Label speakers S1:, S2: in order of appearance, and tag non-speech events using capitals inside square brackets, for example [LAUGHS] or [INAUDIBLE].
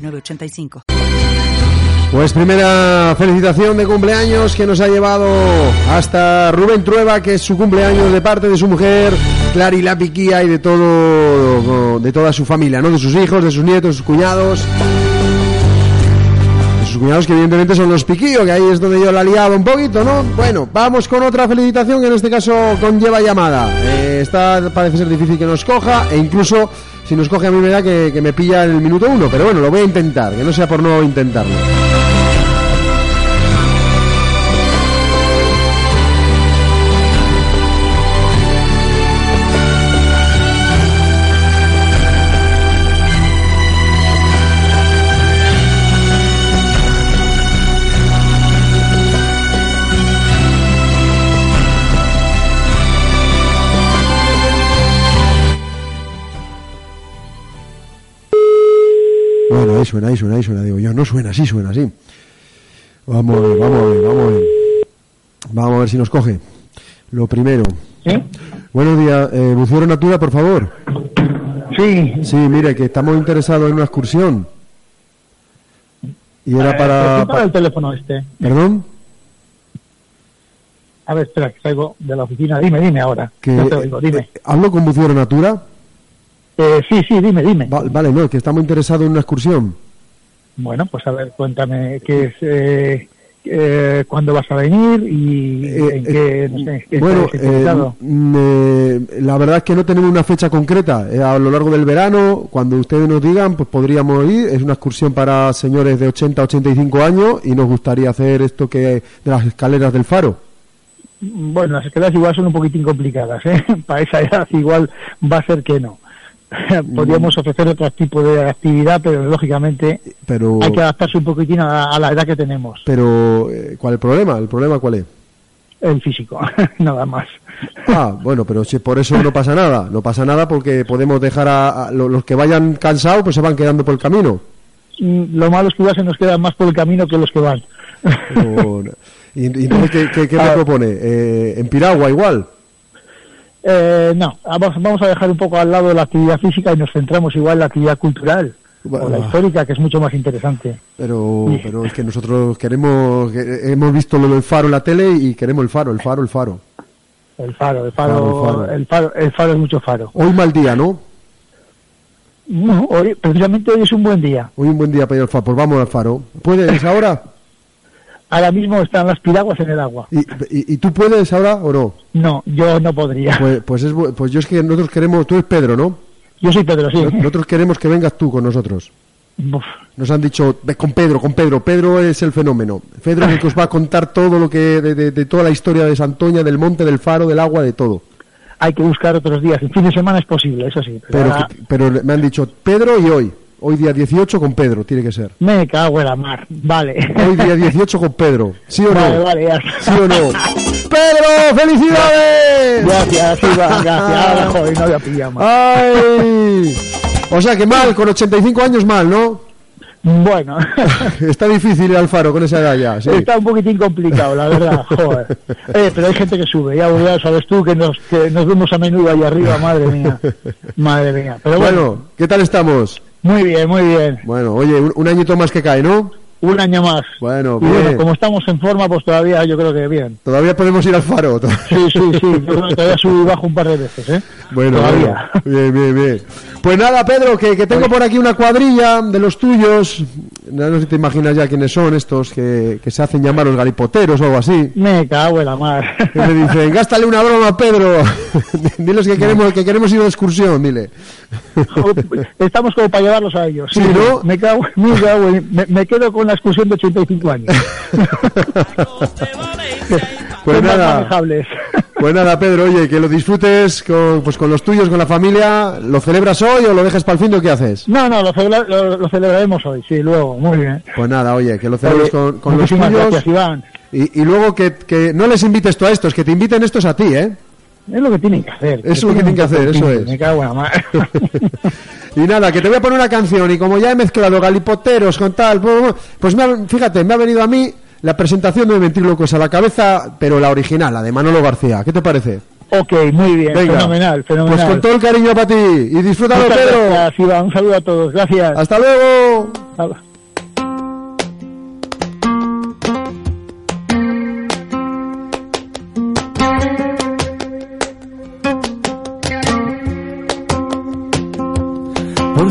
S1: 985.
S2: Pues primera felicitación de cumpleaños que nos ha llevado hasta Rubén Trueba, que es su cumpleaños de parte de su mujer, Clary Lapiquía y de todo de toda su familia, ¿no? De sus hijos, de sus nietos, de sus cuñados. De sus cuñados que evidentemente son los Piquillo, que ahí es donde yo la he liado un poquito, ¿no? Bueno, vamos con otra felicitación que en este caso conlleva llamada. Eh, está, parece ser difícil que nos coja e incluso si nos coge a mí me da que, que me pilla en el minuto uno, pero bueno, lo voy a intentar, que no sea por no intentarlo. Bueno, ahí suena, ahí suena, ahí suena. Digo yo, no suena, sí suena, sí. Vamos a ver, vamos a ver, vamos a ver. Vamos a ver si nos coge. Lo primero.
S3: ¿Sí?
S2: Buenos días, eh, Bucero Natura, por favor.
S3: Sí.
S2: Sí, mire, que estamos interesados en una excursión. Y era
S3: Eh,
S2: para...
S3: repítame el teléfono este.
S2: ¿Perdón?
S3: A ver, espera, que salgo de la oficina. Dime, dime ahora.
S2: Que,
S3: Yo te oigo, dime.
S2: eh, ¿Hablo con Bucero Natura?
S3: Eh, sí, sí, dime, dime.
S2: Va- vale, no, que estamos interesados en una excursión.
S3: Bueno, pues a ver, cuéntame qué es... Eh, eh, cuándo vas a venir y
S2: Eh,
S3: en qué,
S2: eh,
S3: no sé, qué
S2: bueno,
S3: estás
S2: eh,
S3: interesado?
S2: mm, eh, la verdad es que no tenemos una fecha concreta. Eh, a lo largo del verano, cuando ustedes nos digan, pues podríamos ir. Es una excursión para señores de 80 a 85 años y nos gustaría hacer esto que de las escaleras del faro.
S3: Bueno, las escalas igual son un poquitín complicadas, ¿eh? [LAUGHS] Para esa edad igual va a ser que no. [LAUGHS] Podríamos
S2: Mm.
S3: ofrecer otro tipo de actividad, pero lógicamente
S2: Pero,
S3: hay que adaptarse un poquitín a, a la edad que tenemos,
S2: pero eh, ¿cuál es el problema? ¿El problema cuál es?
S3: el físico, [LAUGHS] nada más.
S2: Ah, bueno, pero si por eso no pasa nada. No pasa nada porque podemos dejar a, a lo- los que vayan cansados, pues se van quedando por el camino.
S3: Mm, Lo malo es que igual se nos quedan más por el camino que los que van.
S2: O- y, y entonces, ¿qué, qué- qué
S3: A
S2: me
S3: ver.
S2: propone? Eh, en Piragua igual.
S3: [LAUGHS] Eh, no, vamos, vamos a dejar un poco al lado la actividad física y nos centramos igual en la actividad cultural o la
S2: Bueno.
S3: histórica, que es mucho más interesante.
S2: Pero,
S3: Sí.
S2: pero es que nosotros queremos, que- hemos visto lo del faro en la tele y queremos el faro, el faro, el faro.
S3: El faro,
S2: Claro,
S3: el faro,
S2: el faro.
S3: el faro, el faro es mucho faro.
S2: Hoy mal día, ¿no?
S3: No, hoy, precisamente hoy es un buen día.
S2: Hoy un buen día para ir al faro, pues vamos al faro. ¿Puedes ahora?
S3: Ahora mismo están las piraguas en el agua.
S2: ¿Y, y, y tú puedes ahora o no?
S3: No, yo no podría.
S2: Pues, pues, es, bu- pues yo es que nosotros queremos, tú eres Pedro, ¿no?
S3: Yo soy Pedro, sí.
S2: Nosotros queremos que vengas tú con nosotros.
S3: [LAUGHS] Uf,
S2: Nos han dicho, "Ve con Pedro, con Pedro, Pedro es el fenómeno. Pedro es el que os va a contar todo lo que, de, de- de toda la historia de Santoña, del monte, del faro, del agua, de todo.
S3: hay que buscar otros días. El fin de semana es posible, eso sí. Pero
S2: Pero,
S3: ahora
S2: que- pero me han dicho, Pedro y hoy. Hoy día 18 con Pedro, tiene que ser.
S3: Me cago en la mar. Vale.
S2: Hoy día
S3: [LAUGHS]
S2: 18 con Pedro. ¿Sí o no?
S3: Vale, vale, ya.
S2: ¿Sí o
S3: [LAUGHS]
S2: no? ¡Pedro, felicidades!
S3: Gracias, Iván, gracias. Ahora, joder, no había pillado más.
S2: ¡Ay! O sea que mal, con 85 años mal, ¿no? [LAUGHS]
S3: Bueno, [LAUGHS]
S2: Está difícil ir al faro con esa edad ya, sí.
S3: está un poquitín complicado, la verdad, joder. Eh, pero hay gente que sube, ya, ya sabes tú que nos, que nos vemos a menudo ahí arriba, madre mía. Madre mía. Pero bueno,
S2: Bueno, ¿qué tal estamos?
S3: muy bien, muy bien.
S2: Bueno, oye, un, un añito más que cae, ¿no?
S3: Un año más.
S2: Bueno,
S3: Y bueno,
S2: bien.
S3: como estamos en forma, pues todavía yo creo que bien.
S2: Todavía podemos ir al faro.
S3: Sí, sí, sí. Yo creo que todavía subo y bajo un par de veces, ¿eh?
S2: Bueno,
S3: todavía.
S2: bueno. bien, bien, bien. Pues nada, Pedro, que, que tengo por aquí una cuadrilla de los tuyos. No sé si te imaginas ya quiénes son estos que, que se hacen llamar los galipoteros o algo así.
S3: Me cago en la mar.
S2: Y me dicen, gástale una broma a Pedro. [LAUGHS] Diles que queremos, que queremos ir de excursión, [LAUGHS] dile.
S3: [LAUGHS] Estamos como para llevarlos a ellos.
S2: Sí, ¿no?
S3: Me, cago, me, cago en- me- me quedo con la excursión de
S2: [LAUGHS]
S3: 85 años.
S2: Pues
S3: Son más
S2: nada,
S3: manejables. [LAUGHS]
S2: Pues nada, Pedro, oye, que lo disfrutes con, pues con los tuyos, con la familia. ¿Lo celebras hoy o lo dejas para el fin o qué haces?
S3: No, no, lo, celebra- lo- lo celebraremos hoy, sí, luego, muy bien.
S2: Pues nada, oye, que lo celebres
S3: Oye,
S2: con, con los
S3: muchísimas
S2: tuyos.
S3: gracias, Iván.
S2: Y, y luego que, que no les invites tú a estos, que te inviten estos a ti, ¿eh? [LAUGHS]
S3: Es lo que tienen que hacer.
S2: Es lo que tienen que hacer, eso
S3: pinche,
S2: es.
S3: Me cago en la madre.
S2: [LAUGHS] Y nada, que te voy a poner una canción y como ya he mezclado galipoteros con tal, bu, bu, pues me ha- fíjate, me ha venido a mí la presentación de Ventrílocos a la cabeza, pero la original, la de Manolo García. ¿Qué te parece?
S3: ok, muy bien,
S2: Venga.
S3: Eh, fenomenal, fenomenal.
S2: Pues con todo el cariño para ti y disfrútalo,
S3: Muchas
S2: Pedro.
S3: gracias, Iván. Un saludo a todos. Gracias.
S2: Hasta luego.
S3: Hasta-
S4: Por